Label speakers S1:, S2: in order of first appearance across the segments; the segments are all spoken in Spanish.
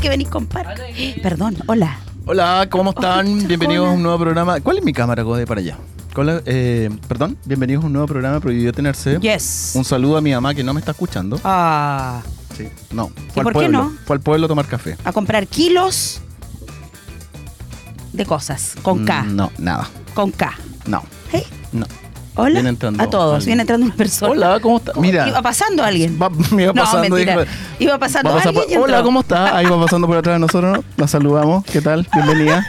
S1: que venís con Park. Perdón, hola.
S2: Hola, ¿cómo están?
S1: Hola.
S2: Bienvenidos a un nuevo programa. ¿Cuál es mi cámara, Code, para allá? ¿Cuál es- eh, perdón, bienvenidos a un nuevo programa de Prohibido Tenerse.
S1: Yes.
S2: Un saludo a mi mamá que no me está escuchando.
S1: Ah,
S2: Sí. No,
S1: ¿Y
S2: fue al
S1: por qué
S2: pueblo.
S1: no?
S2: Fue al pueblo a tomar café.
S1: a comprar kilos de cosas con K,
S2: Mm, No, nada.
S1: con K.
S2: No,
S1: Hey,
S2: no.
S1: hola
S2: Viene entrando
S1: a todos,
S2: alguien.
S1: viene entrando una persona.
S2: Hola, ¿cómo estás? Mira.
S1: Iba pasando alguien.
S2: Va- me iba
S1: No,
S2: pasando.
S1: mentira.
S2: dijo-
S1: Iba pasando
S2: va a pasar
S1: alguien. y
S2: por- Hola,
S1: entró.
S2: ¿cómo está? Ahí va pasando por atrás de nosotros. ¿no? La saludamos. ¿Qué tal? Bienvenida.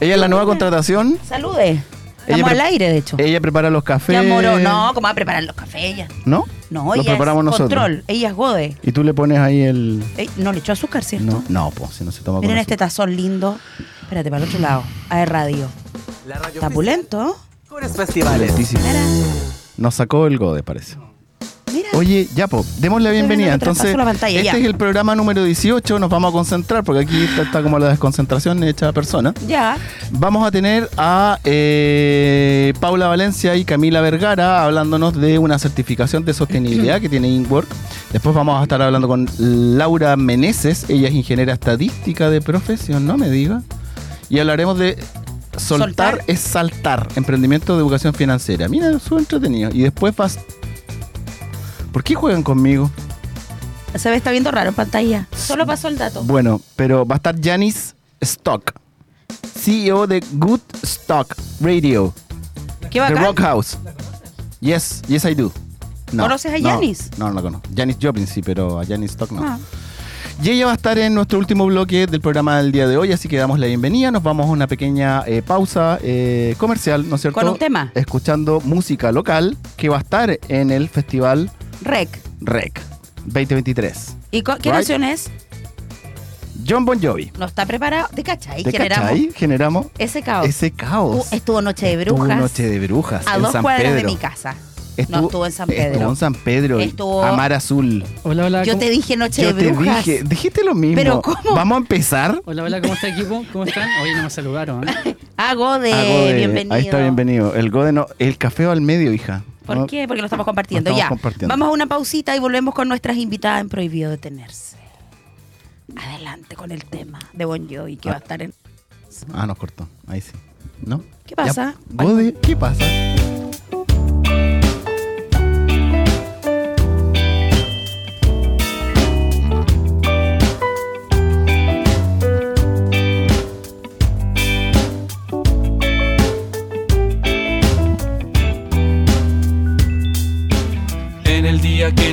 S2: Ella es la nueva contratación.
S1: Salude.
S2: Ella
S1: Estamos
S2: pre-
S1: al aire, de hecho.
S2: Ella prepara los
S1: Qué
S2: cafés.
S1: amoroso. No, ¿cómo va a preparar los cafés ella?
S2: ¿No?
S1: No,
S2: Los
S1: ella
S2: preparamos
S1: es
S2: nosotros.
S1: control. Ella es gode.
S2: Y tú le pones ahí el.
S1: Ey, no le echó azúcar, ¿cierto?
S2: No, no, pues si no se toma con
S1: Miren este
S2: azúcar.
S1: tazón lindo. Espérate, para el otro lado. A ver, radio.
S3: La radio
S1: Está pulento.
S3: Mejores festivales.
S2: Lentísimo.
S1: Mira,
S2: Nos sacó el Gode, parece.
S1: mira.
S2: Oye, ya, po, demos la bienvenida.
S1: viendo que
S2: Entonces,
S1: traspaso la pantalla,
S2: este
S1: ya.
S2: es el programa número 18. Nos vamos a concentrar porque aquí está, está como la desconcentración hecha persona.
S1: Ya.
S2: Vamos a tener a eh, Paula Valencia y Camila Vergara hablándonos de una certificación de sostenibilidad que tiene InWork. Después vamos a estar hablando con Laura Meneses, ella es ingeniera estadística de profesión, no me diga. Y hablaremos de soltar,
S1: Soltar.
S2: es saltar, emprendimiento de educación financiera. Mira, su entretenido. Y después vas... ¿Por qué juegan conmigo?
S1: Se ve, está viendo raro en pantalla. Solo pasó el dato.
S2: Bueno, pero va a estar Janice Stock, CEO de Good Stock Radio.
S1: Qué
S2: The
S1: bacán.
S2: Rock House. Yes, yes I do.
S1: ¿Conoces a
S2: no,
S1: Janis?
S2: No, no la conozco. Janis Joplin sí, pero a Janis Stock no.
S1: Ah,
S2: Y ella va a estar en nuestro último bloque del programa del día de hoy, así que damos la bienvenida. Nos vamos a una pequeña eh, pausa eh, comercial, ¿no es cierto?
S1: Con un tema.
S2: Escuchando música local que va a estar en el Festival
S1: Rec.
S2: REC 2023.
S1: ¿Y co- qué
S2: Right.
S1: canción es?
S2: John Bon Jovi.
S1: No está preparado. ¿De cachai?
S2: ¿Te
S1: Generamos
S2: cachai? Generamos
S1: ese caos.
S2: ese caos.
S1: Estuvo- Estuvo Noche de
S2: Estuvo
S1: Brujas.
S2: Noche de Brujas
S1: a
S2: en
S1: dos
S2: San
S1: cuadras de
S2: Pedro.
S1: mi casa. no, estuvo en San
S2: Estuvo
S1: Pedro.
S2: en San Pedro.
S1: Estuvo-
S2: Amar Azul.
S4: Hola, hola.
S1: Yo
S4: ¿cómo-
S1: te dije Noche
S2: Ah, Yo
S1: de
S2: te
S1: Brujas.
S2: dije, dijiste lo mismo.
S1: Pero, ¿cómo?
S2: Vamos a empezar.
S4: Hola, hola, ¿cómo está equipo? ¿Cómo están? Hoy no me saludaron. ¿eh?
S1: Hago de
S2: Ah, Gode,
S1: bienvenido.
S2: Ahí está bienvenido. El Gode no- el café va al medio, hija.
S1: ¿Por
S2: No-
S1: qué? Porque lo estamos compartiendo.
S2: Lo
S1: ya.
S2: estamos compartiendo.
S1: Vamos a una pausita y volvemos con nuestras invitadas en Prohibido Detenerse. Adelante con el tema de Bon Jovi que va a estar en.
S2: Ah, nos cortó. Ahí sí. ¿No?
S1: ¿Qué pasa?
S2: Ya, Gode, ¿qué pasa?
S5: En el día que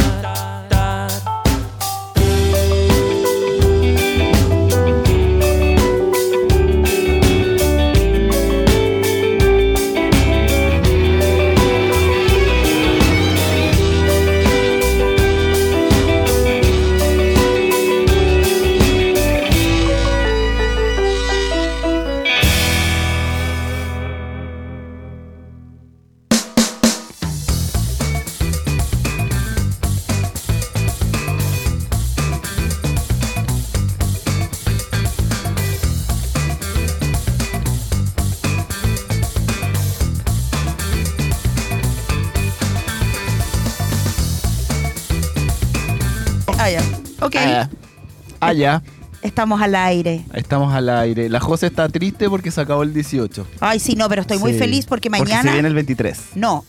S1: Ah, ya. Ok.
S2: Ah, ah, ya.
S1: Estamos al aire.
S2: Estamos al aire. La José está triste porque se acabó el 18.
S1: Ay, sí, no, pero estoy muy
S2: Sí.
S1: feliz porque mañana.
S2: Porque se viene el 23.
S1: No,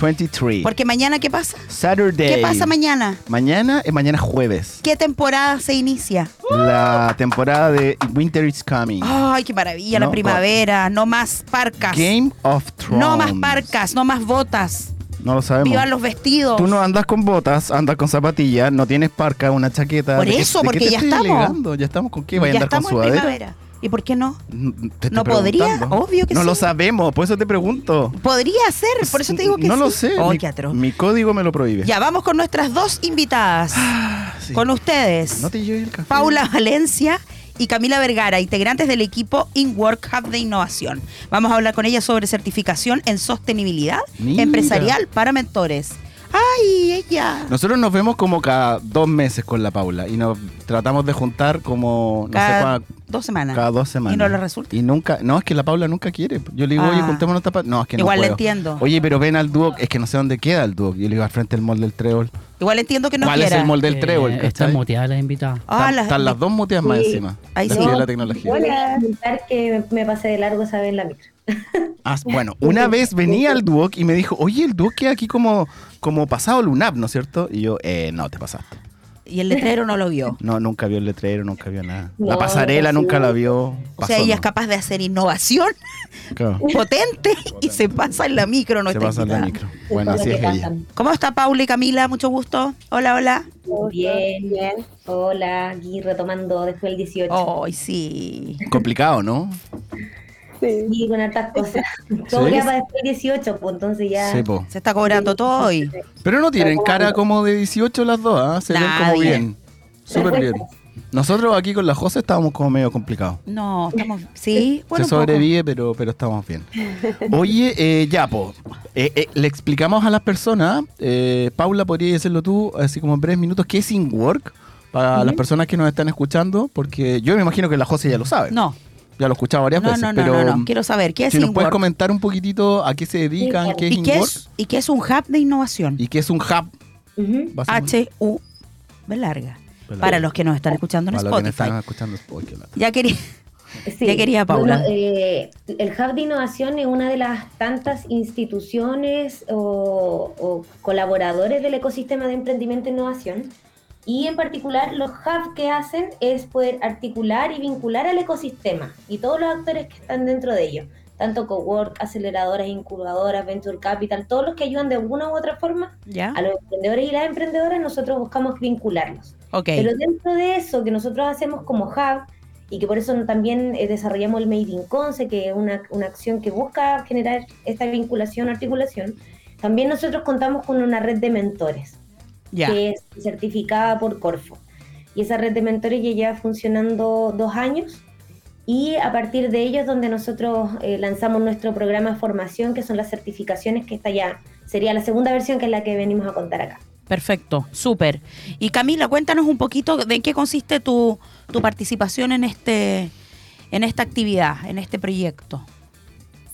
S2: 23.
S1: porque mañana, ¿qué pasa?
S2: Saturday.
S1: ¿Qué pasa mañana?
S2: Mañana es mañana jueves.
S1: ¿Qué temporada se inicia?
S2: La temporada de Winter is Coming.
S1: Ay, qué maravilla, la
S2: No,
S1: primavera. No más parcas.
S2: Game of Thrones.
S1: No más parcas, no más botas.
S2: No lo sabemos.
S1: Vivan los vestidos.
S2: Tú no andas con botas, andas con zapatillas, no tienes parca, una chaqueta.
S1: Por
S2: ¿De qué-
S1: eso,
S2: de qué
S1: porque
S2: te
S1: ya
S2: estoy
S1: estamos.
S2: alegando? Ya estamos con qué, vaya a
S1: ya
S2: andar con
S1: estamos en
S2: sudadera.
S1: primavera. ¿Y por qué no?
S2: N- te estoy
S1: ¿No podría?
S2: preguntando.
S1: Obvio que
S2: No lo
S1: sí.
S2: sabemos, por eso te pregunto.
S1: Podría ser, por eso te digo que
S2: No
S1: sí.
S2: lo sé.
S1: Oh,
S2: mi,
S1: qué atroz.
S2: mi código me lo prohíbe.
S1: Ya, vamos con nuestras dos invitadas.
S2: Ah, Sí.
S1: Con ustedes.
S2: No te lleves el café.
S1: Paula Valencia y Camila Vergara, integrantes del equipo InWork Hub de Innovación. Vamos a hablar con ellas sobre certificación en sostenibilidad
S2: Mira.
S1: empresarial para mentores. ¡Ay, ella!
S2: Nosotros nos vemos como cada dos meses con la Paula y nos tratamos de juntar como, no sé,
S1: cada
S2: cua-
S1: dos semanas.
S2: cada dos semanas.
S1: Y no le resulta.
S2: Y nunca, no, es que la Paula nunca quiere. Yo le digo,
S1: Ah.
S2: oye, juntémonos esta pa-". No, es que no
S1: Igual la
S2: puedo.
S1: entiendo.
S2: Oye, pero ven al Duoc, es que no sé dónde queda el Duoc. Yo le digo, al frente del mall del Trébol.
S1: Igual entiendo que no
S2: ¿Cuál
S1: quiera.
S2: es el mall del Trébol?
S4: Eh,
S2: ¿cachai?
S4: Están muteadas las invitadas.
S1: Ah,
S2: Están-
S1: las-
S2: están las dos muteas más
S6: Sí.
S2: encima.
S1: Ahí
S2: la
S1: sí.
S2: fiebre de
S6: No,
S2: la tecnología.
S6: Voy a comentar que me pasé de largo esa vez en la micro.
S2: Ah, bueno, una vez venía al Duoc y me dijo, oye, el Duoc queda aquí como, como pasado Lunap, ¿no es cierto? Y yo, eh, no, te pasaste.
S1: Y el letrero no lo vio.
S2: No, nunca vio el letrero, nunca vio nada.
S6: No,
S2: la pasarela
S6: nunca
S2: nunca
S6: sí.
S2: la vio.
S1: o sea,
S2: pasó,
S1: ella
S2: no.
S1: es capaz de hacer innovación
S2: Claro,
S1: potente y se pasa en la micro
S2: se
S1: nuestra
S2: pasa en la
S1: invitada.
S2: micro. Bueno, así es ella.
S1: ¿Cómo está Paula y Camila? Mucho gusto. Hola, hola.
S6: Bien, bien. Oh. Hola, aquí retomando después del 18.
S1: Ay, sí.
S2: Complicado, ¿no?
S6: Y con hartas cosas. Todo
S2: ¿Sí?
S6: queda para después del 18, pues entonces ya.
S2: Sí, po.
S1: Se está cobrando todo hoy.
S2: Pero no tienen cara como de 18 las dos, ¿ah? Se ven como
S1: Nadie.
S2: bien. Súper bien.
S6: Perfecto.
S2: Nosotros aquí con la José estábamos como medio complicados.
S1: No, estamos. Sí, bueno.
S2: se
S1: un poco.
S2: sobrevive, pero, pero estamos bien. Oye, eh, ya, po. Eh, eh, le explicamos a las personas, eh, Paula, podría decirlo tú, así como en breves minutos, qué es InWork para las personas que nos están escuchando, porque yo me imagino que la José ya lo sabe.
S1: No,
S2: Ya lo he escuchado varias
S1: no,
S2: veces.
S1: no, no,
S2: pero,
S1: no, no. Quiero saber, ¿qué es
S2: si nos puedes
S1: InWork?
S2: comentar un poquitito a qué se dedican, qué es
S1: ¿Y qué
S2: InWork
S1: es, ¿Y qué es un hub de innovación?
S2: y qué es un hub.
S6: Ujú.
S2: básicamente,
S1: H-U. B larga.
S2: larga.
S1: Para los que nos están escuchando en
S2: para los que nos
S1: Spotify.
S2: están escuchando Spotify.
S1: Ya quería.
S6: Sí.
S1: Ya quería, Paula.
S6: Bueno, eh, el Hub de Innovación es una de las tantas instituciones o, o colaboradores del ecosistema de emprendimiento e innovación. Y en particular, los hubs que hacen es poder articular y vincular al ecosistema y todos los actores que están dentro de ello, tanto cowork, aceleradoras, incubadoras, venture capital, todos los que ayudan de alguna u otra forma
S1: ¿Ya?
S6: a los emprendedores y las emprendedoras, nosotros buscamos vincularlos.
S1: Ok.
S6: Pero dentro de eso que nosotros hacemos como hub, y que por eso también eh, desarrollamos el Made in Conce, que es una, una acción que busca generar esta vinculación, articulación, también nosotros contamos con una red de mentores,
S1: Ya.
S6: que es certificada por Corfo. Y esa red de mentores ya lleva funcionando dos años. Y a partir de ello es donde nosotros eh, lanzamos nuestro programa de formación, que son las certificaciones, que esta ya sería la segunda versión, que es la que venimos a contar acá.
S1: Perfecto, súper. Y Camila, cuéntanos un poquito de en qué consiste tu, tu participación en este en esta actividad, en este proyecto.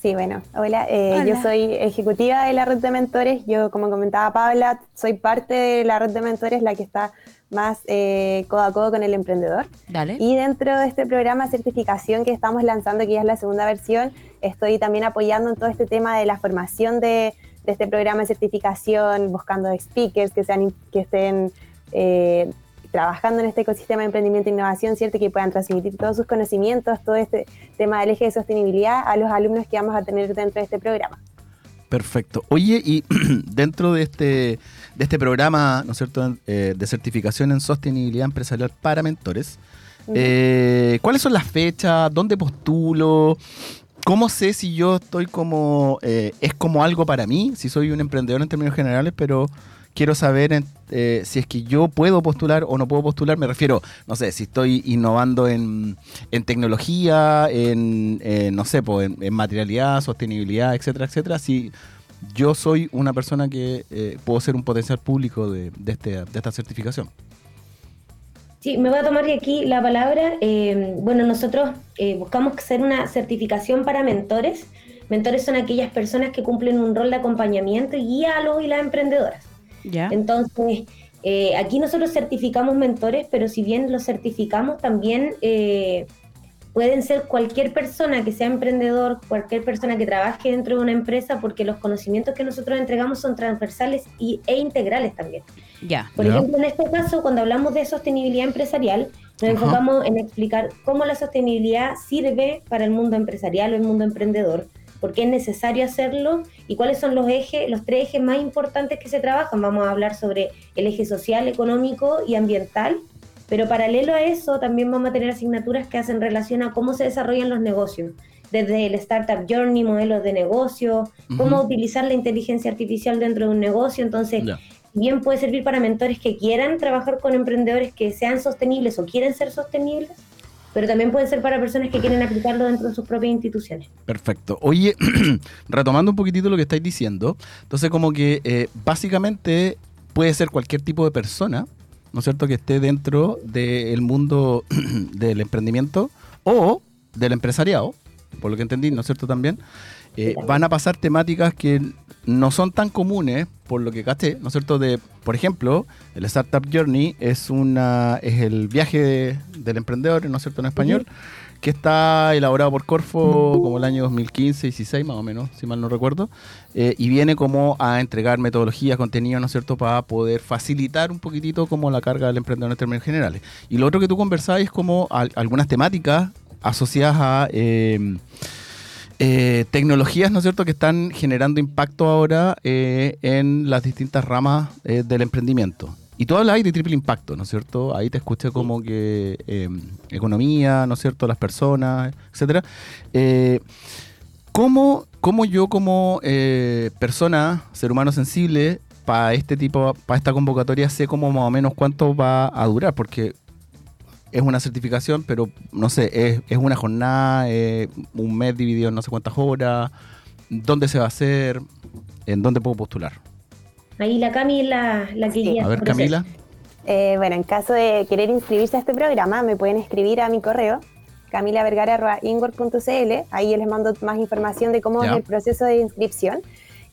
S7: Sí, bueno, hola, eh,
S1: Hola.
S7: yo soy ejecutiva de la red de mentores, yo como comentaba Paula, soy parte de la red de mentores, la que está más eh, codo a codo con el emprendedor.
S1: Dale.
S7: Y dentro de este programa de certificación que estamos lanzando, que ya es la segunda versión, estoy también apoyando en todo este tema de la formación de, de este programa de certificación, buscando speakers que, sean, que estén eh, trabajando en este ecosistema de emprendimiento e innovación, ¿cierto? Que puedan transmitir todos sus conocimientos, todo este tema del eje de sostenibilidad a los alumnos que vamos a tener dentro de este programa.
S2: Perfecto. Oye, y dentro de este, de este programa, ¿no es cierto?, eh, de certificación en sostenibilidad empresarial para mentores, eh, ¿cuáles son las fechas? ¿Dónde postulo? ¿Cómo sé si yo estoy como, eh, es como algo para mí, si soy un emprendedor en términos generales, pero quiero saber en- eh, si es que yo puedo postular o no puedo postular? Me refiero, no sé, si estoy innovando en, en tecnología, en, eh, no sé, po, en, en materialidad, sostenibilidad, etcétera, etcétera. Si yo soy una persona que eh, puedo ser un potencial público de, de este, de esta certificación.
S6: Sí, me voy a tomar aquí la palabra. Eh, bueno, nosotros eh, buscamos ser una certificación para mentores. Mentores son aquellas personas que cumplen un rol de acompañamiento y guía a los y las emprendedoras.
S1: Ya.
S6: Entonces, eh, aquí nosotros certificamos mentores, pero si bien los certificamos, también eh, pueden ser cualquier persona que sea emprendedor, cualquier persona que trabaje dentro de una empresa, porque los conocimientos que nosotros entregamos son transversales y, e integrales también.
S1: Ya.
S6: Por
S2: Ya.
S6: ejemplo, en este caso, cuando hablamos de sostenibilidad empresarial, nos
S2: Ajá.
S6: enfocamos en explicar cómo la sostenibilidad sirve para el mundo empresarial o el mundo emprendedor, por qué es necesario hacerlo y cuáles son los ejes, los tres ejes más importantes que se trabajan. Vamos a hablar sobre el eje social, económico y ambiental, pero paralelo a eso también vamos a tener asignaturas que hacen relación a cómo se desarrollan los negocios, desde el Startup Journey, modelos de negocio, cómo
S2: Ujú.
S6: utilizar la inteligencia artificial dentro de un negocio, entonces
S2: Ya.
S6: bien puede servir para mentores que quieran trabajar con emprendedores que sean sostenibles o quieren ser sostenibles, pero también pueden ser para personas que quieren aplicarlo dentro de sus propias instituciones.
S2: Perfecto. Oye, retomando un poquitito lo que estáis diciendo, entonces como que eh, básicamente puede ser cualquier tipo de persona, ¿no es cierto?, que esté dentro del mundo del emprendimiento o del empresariado, por lo que entendí, ¿no es cierto?, también. Eh, van a pasar temáticas que no son tan comunes, por lo que caché, ¿no es cierto? De, por ejemplo, el Startup Journey es una es el viaje de- del emprendedor, ¿no es cierto?, en español, que está elaborado por Corfo como el año 2015, 16 más o menos, si mal no recuerdo, eh, y viene como a entregar metodologías, contenido, ¿no es cierto?, para poder facilitar un poquitito como la carga del emprendedor en términos generales. Y lo otro que tú conversabas es como al- algunas temáticas asociadas a... eh, eh, tecnologías, ¿no es cierto?, que están generando impacto ahora eh, en las distintas ramas eh, del emprendimiento. Y tú hablas ahí de triple impacto, ¿no es cierto? Ahí te escuché como que eh, economía, ¿no es cierto?, las personas, etcétera. Eh, ¿cómo, cómo yo como eh, persona, ser humano sensible, para este tipo, para esta convocatoria sé como más o menos cuánto va a durar? Porque es una certificación, pero no sé, es, es una jornada, eh, un mes dividido en no sé cuántas horas, dónde se va a hacer, en dónde puedo postular.
S6: Ahí la Cami es la, la que
S7: Sí.
S6: guía
S2: A
S6: este
S2: ver,
S6: proceso.
S2: Camila.
S7: Eh, bueno, en caso de querer inscribirse a este programa, me pueden escribir a mi correo camilavergara.ingor.cl. Ahí les mando más información de cómo
S2: Ya.
S7: es el proceso de inscripción.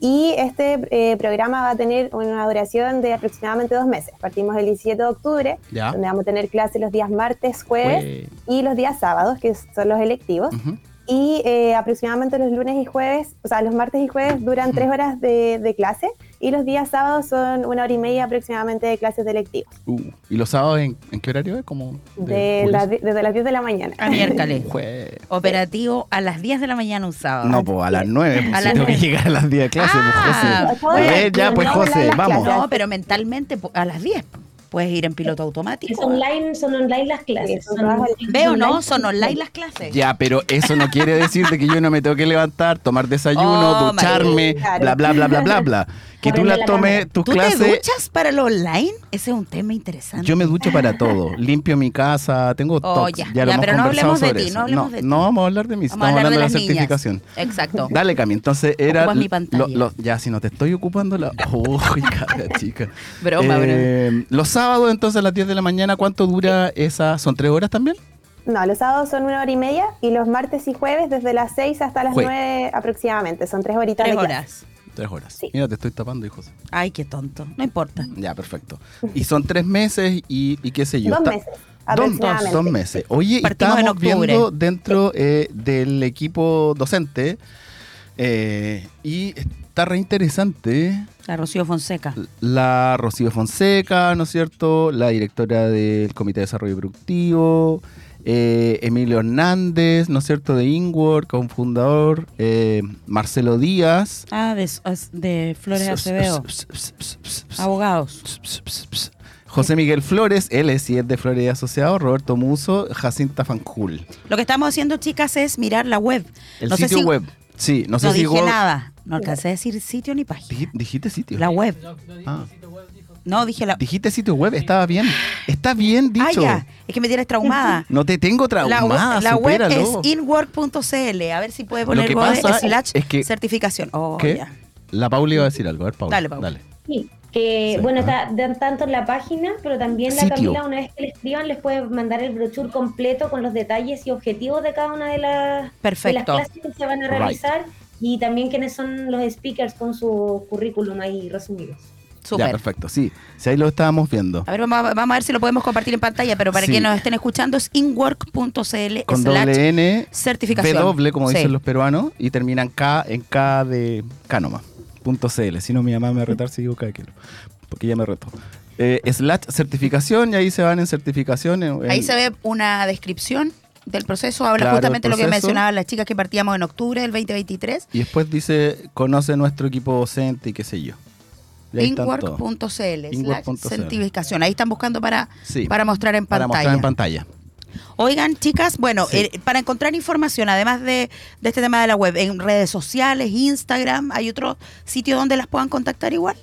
S7: Y este eh, programa va a tener una duración de aproximadamente dos meses. Partimos el 17 de octubre,
S2: Ya.
S7: donde vamos a tener clases los días martes, jueves
S2: Ah. Jue- Mm.
S7: y los días sábados, que son los electivos.
S2: Ujú.
S7: Y eh, aproximadamente los lunes y jueves, o sea, los martes y jueves
S2: Mm.
S7: duran tres horas de, de clase y los días sábados son una hora y media aproximadamente de clases de electivos.
S2: Uh, ¿Y los sábados en, en qué horario es? Como
S7: De las die- desde las 10 de la mañana.
S1: A miércoles.
S2: Jue-
S1: Operativo a las 10 de la mañana un sábado.
S2: No, pues a las 9,
S1: A
S2: pues, si
S1: las
S2: tengo que
S1: nueve.
S2: llegar a las 10 de clase, pues,
S1: Ah,
S2: José. A ver, ya, pues,
S7: No hablan
S2: José,
S7: las
S2: vamos.
S7: clases.
S1: No, pero mentalmente po- a las 10. Puedes ir en piloto automático.
S6: Es online, son online las clases.
S7: Sí, son
S6: son-
S7: todas online.
S1: Veo, ¿no? Son online las clases.
S2: Ya, pero eso no quiere decir de que yo no me tengo que levantar, tomar desayuno,
S1: Oh,
S2: ducharme,
S7: María, claro.
S2: bla, bla, bla, bla, bla, bla. Que tú
S6: Ponerle
S2: la
S6: la
S2: tomes
S6: cámara.
S2: tus
S1: ¿Tú te
S2: clases.
S1: duchas para el online? Ese es un tema interesante.
S2: Yo me ducho para todo. Limpio mi casa, tengo todo.
S1: Oh, ya,
S2: ya, lo
S1: ya,
S2: hemos
S1: pero no
S2: conversado
S1: hablemos de
S2: sobre
S1: ti,
S2: eso.
S1: no hablemos de ti.
S2: vamos a hablar de mí,
S1: Vamos a
S2: estamos
S1: hablar
S2: hablando de la
S1: las niñas.
S2: certificación.
S1: Exacto.
S2: Dale, Cami. Entonces era.
S1: Ocupas mi pantalla.
S2: ya, si no te estoy ocupando la. Uy, cara, chica.
S1: Broma,
S2: Eh, Los sábados, entonces, a las 10 de la mañana, ¿cuánto dura esa? ¿Son tres horas también?
S7: No, los sábados son una hora y media y los martes y jueves desde las 6 hasta las
S2: Jue-
S7: 9 aproximadamente. Son tres horitas
S1: Tres
S7: de clase.
S1: horas.
S2: Tres horas.
S7: Sí.
S2: Mira, te estoy tapando, hijos.
S1: Ay, qué tonto. No importa.
S2: Ya, perfecto. Y son tres meses y, y qué sé yo.
S7: Dos
S2: Ta-
S7: meses,
S2: Dos, dos,
S7: aproximadamente.
S2: dos meses. Oye, y
S1: Partimos en
S2: estábamos
S1: octubre.
S2: viendo dentro eh, del equipo docente eh, y está re interesante
S1: La Rocío Fonseca.
S2: la Rocío Fonseca, ¿no es cierto? La directora del Comité de Desarrollo Productivo, eh, Emilio Hernández, ¿no es cierto? De Inward, cofundador, eh, Marcelo Díaz.
S1: Ah, de, as- de Flores Acevedo. Ah,
S2: Ps, ps, ps, ps, ps.
S1: Abogados.
S2: Ps, ps, ps, ps. José Miguel Flores, él es y es de Flores y Asociados, Roberto Muso, Jacinta Fanjul.
S1: Lo que estamos haciendo, chicas, es mirar la web.
S2: El
S1: No sé
S2: sitio
S1: si-
S2: web. Sí, no
S1: No,
S2: sé si
S1: dije
S2: Go-
S1: nada. No alcancé a decir sitio ni página.
S2: Dij- dijiste sitio.
S1: La web.
S2: Ah,
S1: No, dije la.
S2: dijiste sitio web, estaba bien. Está bien
S1: Ah,
S2: dicho.
S1: ya. Es que me tienes traumada.
S2: No te tengo
S1: La, web-
S2: traumada,
S1: la web es
S2: supéralo.
S1: inwork.cl. A ver si puede
S2: Lo
S1: poner
S2: que
S1: go de
S2: pasa
S1: slash
S2: es que-
S1: certificación. Oh,
S2: ¿Qué?
S1: ya.
S2: La Paula iba a decir algo, a ver, Paula.
S1: Dale, Paula.
S6: Sí, que
S2: Sí,
S6: bueno,
S2: ajá.
S6: está de- tanto en la página, pero también la
S2: Sitio.
S6: Camila, una vez que le escriban, les puede mandar el brochure completo con los detalles y objetivos de cada una de las, de las
S1: Perfecto.
S6: clases que se van a
S2: Right.
S6: realizar y también quiénes son los speakers con su currículum ahí resumidos.
S2: Ya,
S1: Súper.
S2: perfecto, sí. Si ahí lo estábamos viendo.
S1: A ver, vamos a, vamos a ver si lo podemos compartir en pantalla, pero para
S2: Sí.
S1: quienes nos estén escuchando es inwork.cl
S2: Con
S1: slash
S2: doble E, N, B
S1: certificación.
S2: doble, como
S1: Sí.
S2: dicen los peruanos, y terminan K en K de Canoma. Punto CL. Si no, mi mamá me va a retar si digo cada kilo. Porque ella me retó. Eh, slash certificación, y ahí se van en certificación. en-
S1: Ahí
S2: en-
S1: se ve una descripción del proceso, habla
S2: Claro,
S1: justamente
S2: el
S1: lo que
S2: proceso.
S1: mencionaban las chicas que partíamos en octubre del 2023.
S2: Y después dice, conoce nuestro equipo docente y qué sé yo. Y ahí están todos.
S1: Inwork.cl slash
S2: Inwork.cl.
S1: certificación. Ahí están buscando para,
S2: Sí,
S1: para mostrar en
S2: para mostrar
S1: pantalla.
S2: en pantalla.
S1: Oigan, chicas, bueno,
S2: Sí.
S1: eh, para encontrar información, además de, de este tema de la web, en redes sociales, Instagram, ¿hay otro sitio donde las puedan contactar igual?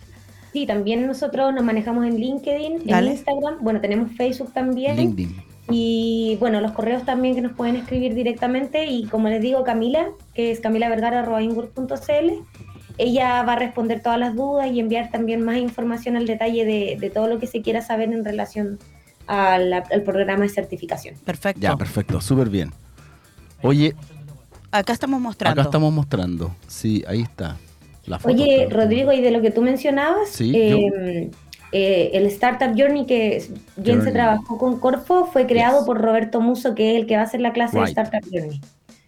S6: Sí, también nosotros nos manejamos en LinkedIn,
S1: Dale.
S6: en Instagram, bueno, tenemos Facebook también.
S2: LinkedIn.
S6: Y bueno, los correos también que nos pueden escribir directamente. Y como les digo, Camila, que es camilavergara.ingur.cl, ella va a responder todas las dudas y enviar también más información al detalle de, de todo lo que se quiera saber en relación a la- al programa de certificación.
S1: Perfecto.
S2: Ya, perfecto, súper bien. Oye,
S1: Acá estamos mostrando.
S2: acá estamos mostrando. Sí, ahí está. La foto
S6: Oye,
S2: está-
S6: Rodrigo, y de lo que tú mencionabas,
S2: Sí,
S6: eh, eh, el Startup Journey que es- bien
S2: Journey.
S6: se trabajó con Corfo fue creado
S2: Yes.
S6: por Roberto Muso, que es el que va a hacer la clase
S2: Right.
S6: de Startup Journey.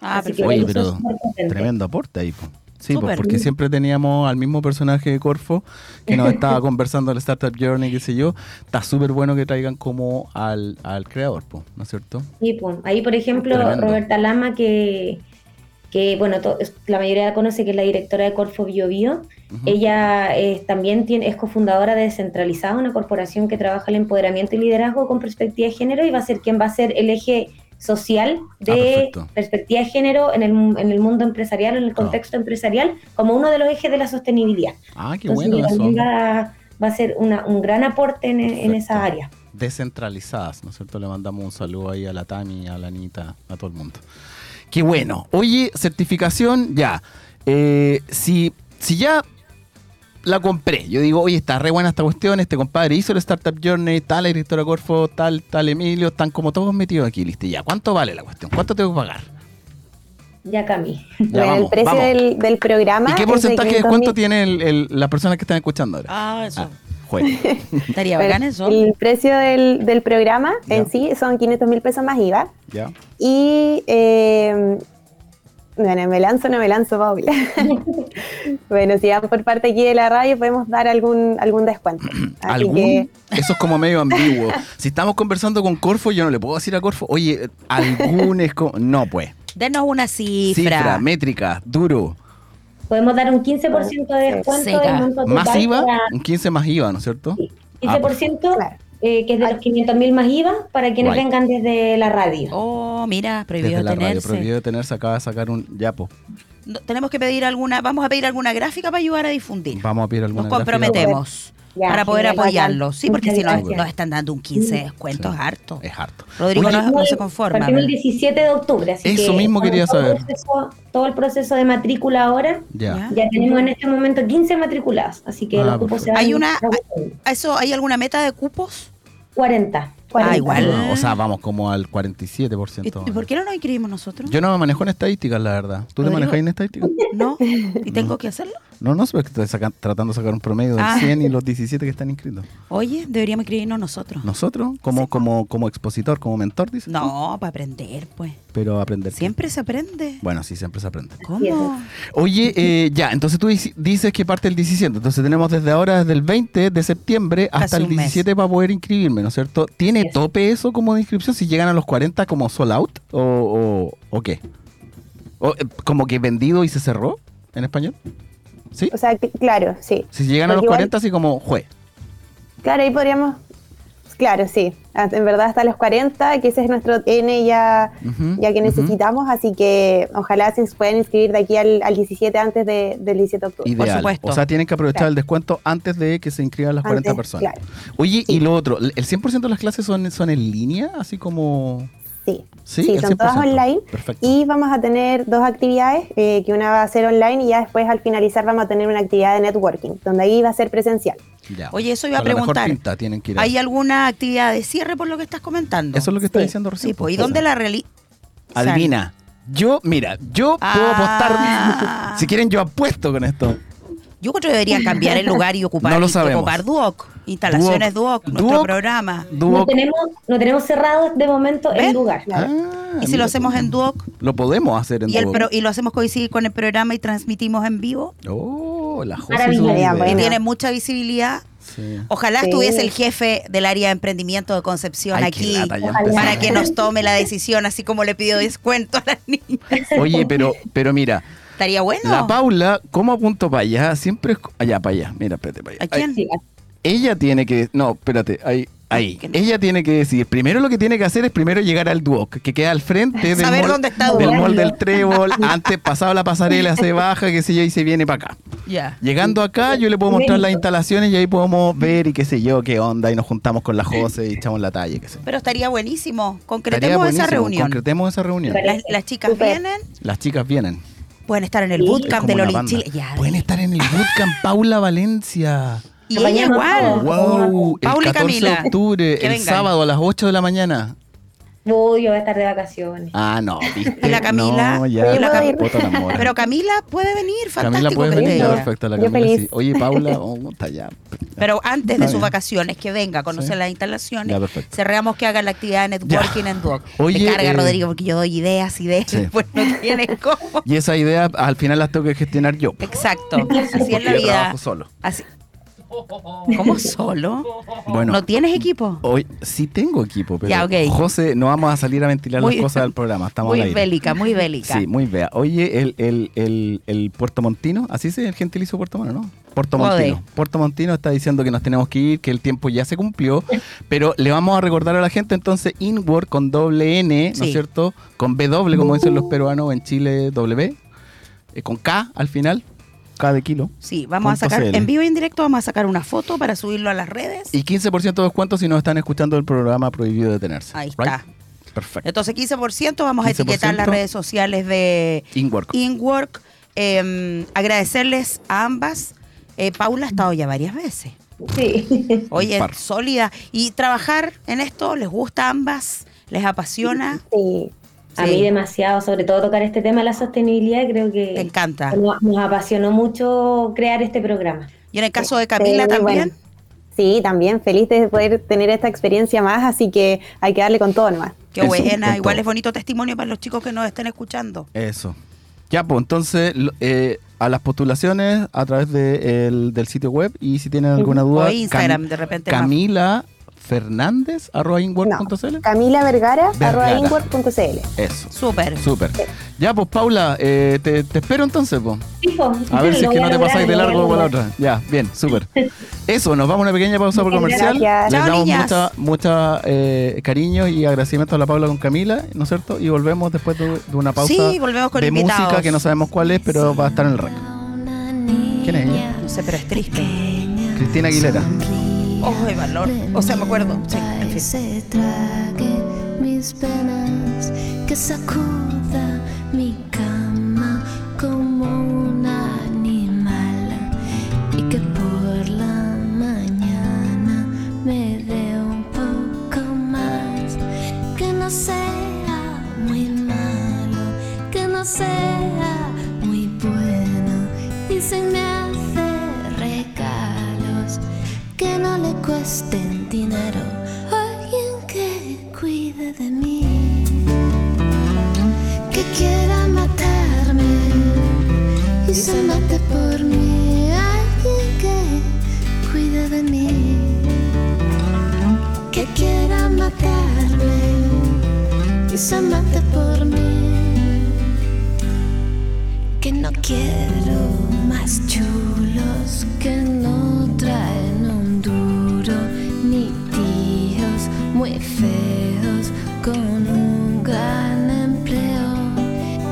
S1: Ah,
S6: Así que
S1: perfecto.
S2: Oye,
S6: eso es
S2: pero
S6: súper potente.
S2: Tremendo aporte ahí. po. Sí, po,
S1: Súper.
S2: porque siempre teníamos al mismo personaje de Corfo que nos estaba conversando el Startup Journey, qué sé yo. Está súper bueno que traigan como al, al creador, po, ¿no es cierto?
S6: Sí, po. Ahí, por ejemplo,
S2: Tremendo.
S6: Roberta Lama, que, que bueno, to- es- la mayoría la conoce, que es la directora de Corfo Bio Bio.
S2: Ujú.
S6: Ella eh, también tiene, es cofundadora de Descentralizada, una corporación que trabaja el empoderamiento y liderazgo con perspectiva de género y va a ser quien va a ser el eje social de
S2: Ah, perfecto.
S6: perspectiva de género en el, mu- en el mundo empresarial, en el contexto empresarial, como uno de los ejes de la sostenibilidad.
S2: Ah, qué
S6: Entonces,
S2: bueno
S6: ella
S2: eso.
S6: también va, va a ser una- un gran aporte en, en esa
S2: Perfecto.
S6: área.
S2: Descentralizadas, ¿no es cierto? Le mandamos un saludo ahí a la Tami, a la Anita, a todo el mundo. Qué bueno. Oye, certificación, ya. Eh, si, si ya la compré, yo digo, oye, está re buena esta cuestión, este compadre hizo el Startup Journey, tal, la directora Corfo, tal, tal, Emilio, están como todos metidos aquí, listo. Ya, ¿cuánto vale la cuestión? ¿Cuánto tengo que pagar?
S6: Ya, Cami.
S2: Ya,
S7: Bueno, el
S2: vamos,
S7: precio
S2: vamos.
S7: del, del programa.
S2: ¿Y qué
S7: es de
S2: porcentaje de
S7: 500.000.
S2: descuento tiene el, el- las personas que están escuchando ahora?
S1: Ah, eso.
S2: Ah, juega.
S1: Estaría
S7: Pero
S1: bacán eso.
S7: El precio del, del programa en
S2: Ya.
S7: sí son 500 mil pesos más IVA.
S2: ya.
S7: Y. eh, bueno, me lanzo o no me lanzo, Paula. bueno, si van por parte aquí de la radio, podemos dar algún, algún descuento. Así
S2: ¿Algún?
S7: que.
S2: Eso es como medio ambiguo. Si estamos conversando con Corfo, yo no le puedo decir a Corfo, oye, algún es como... No, pues.
S1: Denos una
S2: Cifra,
S1: cifra.
S2: métrica, duro.
S6: Podemos dar un 15% de descuento
S1: Sí, claro. Ah,
S6: del monto total.
S2: Más IVA,
S6: para-
S2: un 15 más IVA, ¿no es cierto?
S6: Sí.
S2: Ah, pues,
S6: 15%
S7: Claro.
S6: eh, que es de los 500.000 más IVA, para quienes
S2: Guay.
S6: vengan desde la radio.
S1: Oh, mira, prohibido
S2: Desde la radio,
S1: tenerse.
S2: prohibido detenerse, acaba de sacar un pues, yapo.
S1: No, tenemos que pedir alguna, vamos a pedir alguna gráfica para ayudar a difundir.
S2: Vamos a pedir alguna
S1: Nos
S2: gráfica.
S1: comprometemos
S6: Ya,
S1: para poder
S6: genial,
S1: apoyarlos.
S6: bacán.
S1: Sí, porque
S6: Muchas
S1: si nos,
S6: gracias.
S1: nos están dando un 15 de descuentos,
S2: Sí.
S1: harto.
S2: Es harto.
S1: Rodrigo
S2: Una-
S1: no, no se eh. conforma.
S6: Partimos el 17 de octubre, así
S2: Eso
S6: que
S2: mismo quería
S6: todo el
S2: saber.
S6: proceso- todo el proceso de matrícula ahora,
S2: Ya.
S6: ya tenemos en este momento 15 matriculados, así que
S2: Ah,
S6: los cupos se van
S1: Hay una-
S6: agotando.
S1: ¿Eso, ¿Hay alguna meta de cupos?
S6: 40.
S1: Ah,
S6: 40.
S1: igual.
S2: Ah, O sea, vamos como al
S1: ¿Y,
S2: 47%.
S1: y por qué no nos inscribimos nosotros?
S2: Yo no me manejo en estadísticas, la verdad. ¿Tú te
S1: Rodrigo.
S2: manejas en estadísticas?
S1: ¿No? ¿Y tengo que hacerlo?
S2: No, no, pero estoy saca- tratando de sacar un promedio de
S1: Ah.
S2: 100 y los 17 que están inscritos.
S1: Oye, deberíamos inscribirnos nosotros. No,
S2: Nosotros, como, como, como expositor, como mentor, dices. tú,
S1: para aprender, pues.
S2: Pero aprender. qué?
S1: Siempre se aprende.
S2: Bueno, sí, siempre se aprende.
S1: ¿Cómo?
S2: Oye, eh, ya, entonces tú dici- dices que parte el 17. Entonces tenemos desde ahora, desde el 20 de septiembre
S1: Casi
S2: hasta el
S1: un mes.
S2: 17 para poder inscribirme, ¿no es cierto? ¿Tiene
S6: Yes.
S2: tope eso como de inscripción? Si llegan a los 40 como sold out o, o- o qué? O, eh, ¿Como que vendido y se cerró en español? ¿Sí?
S7: O sea, cl- claro, sí.
S2: Si
S1: Pues
S2: llegan a los
S7: Porque igual-
S2: 40 así como, jue.
S7: Claro, ahí podríamos. Claro, sí. Ah, En verdad hasta los 40, que ese es nuestro N ya,
S2: Ujú,
S7: ya que
S2: ujú.
S7: necesitamos, así que ojalá se puedan inscribir de aquí al, al 17 antes de- del 17 de octubre.
S2: Ideal.
S1: supuesto.
S2: O sea, tienen que aprovechar
S7: Claro.
S2: el descuento antes de que se inscriban las 40
S7: Antes,
S2: personas.
S7: claro.
S2: Oye, y
S7: Sí.
S2: lo otro, ¿el 100% de las clases son, son en línea? Así como...
S7: Sí.
S2: Sí, el
S7: son todas
S2: 100%.
S7: online.
S2: Perfecto.
S7: Y vamos a tener dos actividades, eh, que una va a ser online y ya después al finalizar vamos a tener una actividad de networking, donde ahí va a ser presencial.
S2: Ya.
S1: Oye, eso iba a
S2: Con la mejor
S1: preguntar.
S2: pinta tienen que ir a-
S1: ¿Hay alguna actividad de cierre por lo que estás comentando?
S2: Eso es lo que está
S7: Sí.
S2: diciendo recién.
S1: Sí, pues. ¿Y
S2: Rosa.
S1: dónde la realiza?
S2: Adivina. Yo, mira, yo puedo
S1: Ah.
S2: apostar. Si quieren, yo apuesto con esto.
S1: Yo creo que deberían cambiar el lugar y ocupar,
S2: No lo
S1: y
S2: sabemos.
S1: ocupar Duoc, instalaciones Duoc, nuestro
S2: Duoc. Ah,
S1: programa.
S6: No
S2: Duoc.
S6: tenemos, no tenemos cerrado de momento
S1: ¿Ven?
S6: el lugar.
S2: Ah,
S1: ¿Y si lo
S2: mira tú.
S1: hacemos en Duoc?
S2: Lo podemos hacer en
S1: Y, el
S2: Duoc.
S1: pro- y lo hacemos coincidir con el programa y transmitimos en vivo.
S2: Oh, la José
S6: Maravilla,
S2: hizo una
S7: ya,
S2: idea.
S1: Y
S7: bueno.
S1: tiene mucha visibilidad.
S2: Sí.
S1: Ojalá
S7: Sí.
S1: estuviese el jefe del área de emprendimiento de Concepción
S2: Ay, qué
S1: aquí
S2: lata, ya
S6: Ojalá.
S2: empezamos.
S1: para que nos tome la decisión, así como le pidió descuento a las niñas.
S2: Oye, pero, pero mira,
S1: Estaría bueno.
S2: la Paula, ¿cómo apunto para allá? Siempre es. co- Allá, para allá. Mira, espérate, para allá.
S1: ¿A quién?
S6: Sí,
S2: Ella tiene que. No, espérate, ahí. Ahí.
S1: Que no.
S2: Ella tiene que decidir. Primero lo que tiene que hacer es primero llegar al Duoc, que queda al frente del,
S1: Saber
S2: mall,
S1: dónde está
S2: del,
S1: Duoc.
S2: mall del Trébol. Antes, pasado la pasarela, se baja, qué sé yo, y se viene para acá.
S1: Ya.
S2: Llegando acá, yo le puedo mostrar las instalaciones y ahí podemos ver y qué sé yo, qué onda. Y nos juntamos con la Jose y echamos la talla, qué sé yo.
S1: Pero estaría buenísimo.
S2: Estaría
S1: Concretemos esa
S2: buenísimo,
S1: reunión.
S2: Concretemos esa reunión.
S6: Vale.
S1: Las, las chicas
S7: Súper.
S1: vienen,
S2: Las chicas vienen.
S1: pueden estar en el
S6: Sí.
S2: Es
S1: bootcamp
S2: como
S1: de
S2: una
S1: Loli
S2: banda.
S1: Chile. Ya,
S2: Pueden estar en el bootcamp Paula Valencia.
S1: Y ella
S6: Mañana
S1: igual.
S6: vamos.
S2: Wow, el
S1: Oh. Paula y
S2: 14 de
S1: Camila.
S2: octubre,
S1: Que
S2: el
S1: vengan.
S2: sábado a las 8 de la mañana.
S6: Voy, yo voy a estar de vacaciones.
S2: Ah, no, viste.
S1: Y la Camila.
S2: No,
S7: Oye,
S2: ya.
S7: ¿puedo
S2: la
S7: ir?
S2: capota la mora.
S1: Pero Camila puede venir, fantástico
S2: Camila puede
S1: que
S2: venir,
S1: esté
S2: ya,
S1: ella.
S2: perfecto. La
S7: Yo
S2: Camila sí.
S7: feliz.
S2: Oye, Paula, oh, está ya.
S1: Pero antes de
S2: Está
S1: sus
S2: bien.
S1: vacaciones, que venga a conocer
S2: Sí.
S1: las instalaciones,
S2: Ya, perfecto.
S1: cerramos que haga la actividad de networking en Duoc.
S2: Oye,
S1: Me carga,
S2: eh,
S1: Rodrigo, porque yo doy ideas, ideas,
S2: Sí.
S1: pues no tienes cómo.
S2: Y esa idea al final las tengo que gestionar yo. po.
S1: Exacto, así
S2: Porque
S1: es la
S2: yo
S1: vida.
S2: trabajo solo.
S1: Así. ¿Cómo solo?
S2: Bueno,
S1: ¿No tienes equipo?
S2: hoy sí tengo equipo, pero
S1: Ya, ok.
S2: José, no vamos a salir a ventilar
S1: Muy-
S2: las cosas del programa. Estamos
S1: Muy
S2: al aire.
S1: bélica, muy bélica.
S2: Sí, muy bea. Oye, el, el, el, el puertomontino, así se el gentilicio puertomontino, ¿no? Puertomontino.
S1: Jode.
S2: Puertomontino está diciendo que nos tenemos que ir, que el tiempo ya se cumplió, pero le vamos a recordar a la gente entonces Inward con doble N, ¿no
S1: Sí. Uh.
S2: es cierto? Con B doble, como dicen los peruanos en Chile, W, eh, con K al final, K de kilo.
S1: Sí, vamos a
S2: Punto
S1: sacar,
S2: CL.
S1: en vivo y en directo vamos a sacar una foto para subirlo a las redes.
S2: Y 15% de descuento si nos están escuchando el programa Prohibido Detenerse.
S1: Ahí
S2: Right?
S1: está.
S2: Perfecto.
S1: Entonces 15% vamos a
S2: 15%.
S1: etiquetar las redes sociales de
S2: Inward.
S1: InWork. Eh, agradecerles a ambas. Eh, Paula ha estado ya varias veces.
S6: Sí.
S1: Oye,
S2: par.
S1: sólida. Y trabajar en esto, ¿les gusta a ambas? ¿Les apasiona?
S7: Sí.
S6: A
S1: Sí.
S6: mí demasiado, sobre todo tocar este tema de la sostenibilidad, creo que
S1: Te encanta.
S6: nos, nos apasionó mucho crear este programa.
S1: Y en el caso de Camila
S7: Sí, muy
S1: también.
S7: bueno. Sí, también feliz de poder tener esta experiencia más, así que hay que darle con todo nomás.
S1: Qué
S2: Eso,
S1: buena.
S2: con
S1: Igual
S2: todo.
S1: es bonito testimonio para los chicos que nos estén escuchando.
S2: Eso. Ya, pues entonces lo- eh, a las postulaciones a través de el- del sitio web y si tienen alguna duda,
S1: O Instagram,
S2: Cam-
S1: de repente. más.
S2: Camila fernández arroba inwork.cl.
S7: Camila Vergara,
S2: Vergara.
S7: arroba inward.cl.
S2: Eso,
S1: Súper.
S2: súper. Ya, pues Paula, eh, te, te espero entonces, pues.
S6: Sí, po.
S2: A ver si es
S6: Lo
S2: que
S6: voy
S2: no
S6: a
S2: te
S6: lograr,
S2: pasáis de
S6: lo voy a
S2: largo con la
S6: lograr.
S2: otra. Ya, bien, súper. Eso, nos vamos a una pequeña pausa por
S7: Muchas
S2: comercial.
S7: gracias.
S2: Les
S1: Chao,
S2: damos
S1: niñas.
S2: mucha, mucha eh, cariño y agradecimiento a la Paula con Camila, ¿no es cierto? Y volvemos después de, de una pausa
S1: Sí, volvemos con
S2: de
S1: invitados.
S2: música que no sabemos cuál es, pero va a estar en el ranking. ¿Quién es ella?
S1: No sé, pero es triste.
S2: Cristina Aguilera.
S1: Ojo de valor. O sea, me acuerdo. Sí, en fin.
S8: se trague mis penas, que sacuda mi cama como un animal y que por la mañana me dé un poco más, que no sea muy malo, que no sea muy bueno y se me hace regalos que no le cuesten dinero. Alguien que cuide de mí, que quiera matarme y se mate por mí. Alguien que cuide de mí, que quiera matarme y se mate por mí. Que no quiero más chulos que no traen un duro, ni tíos muy feos con un gran empleo.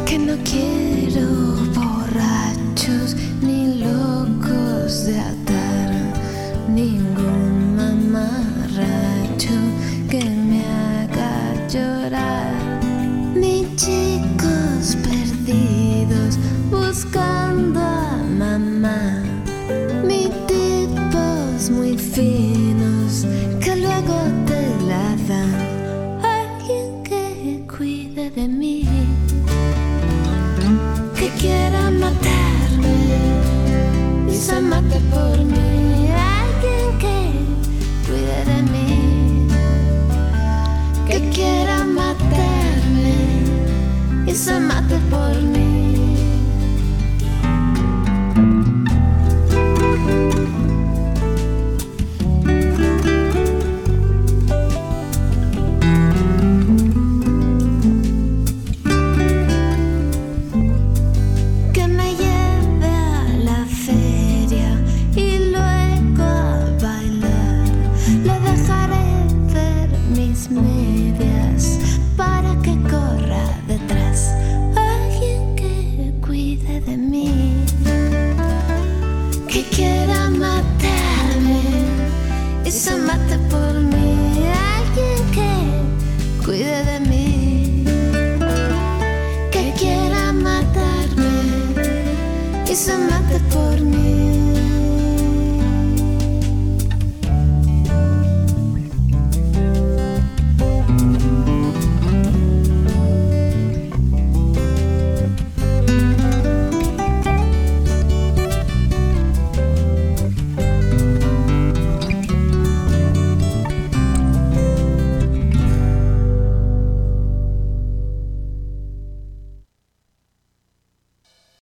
S8: Que no quiero borrachos ni locos de atar, ningún mamarracho que me haga llorar ni chicos perdidos buscando a mamá, ni tipos muy finos que luego te la dan. Alguien que cuide de mí, que quiera matarme y se mate por mí. Alguien que cuide de mí que quiera matarme y se mate por mí. Que me lleve a la feria y luego a bailar. Le dejaré ver mis medias para que corra detrás. Alguien que cuide de mí, que quiera matarme y se mate por mí. Alguien que cuide de mí que quiera matarme y se mate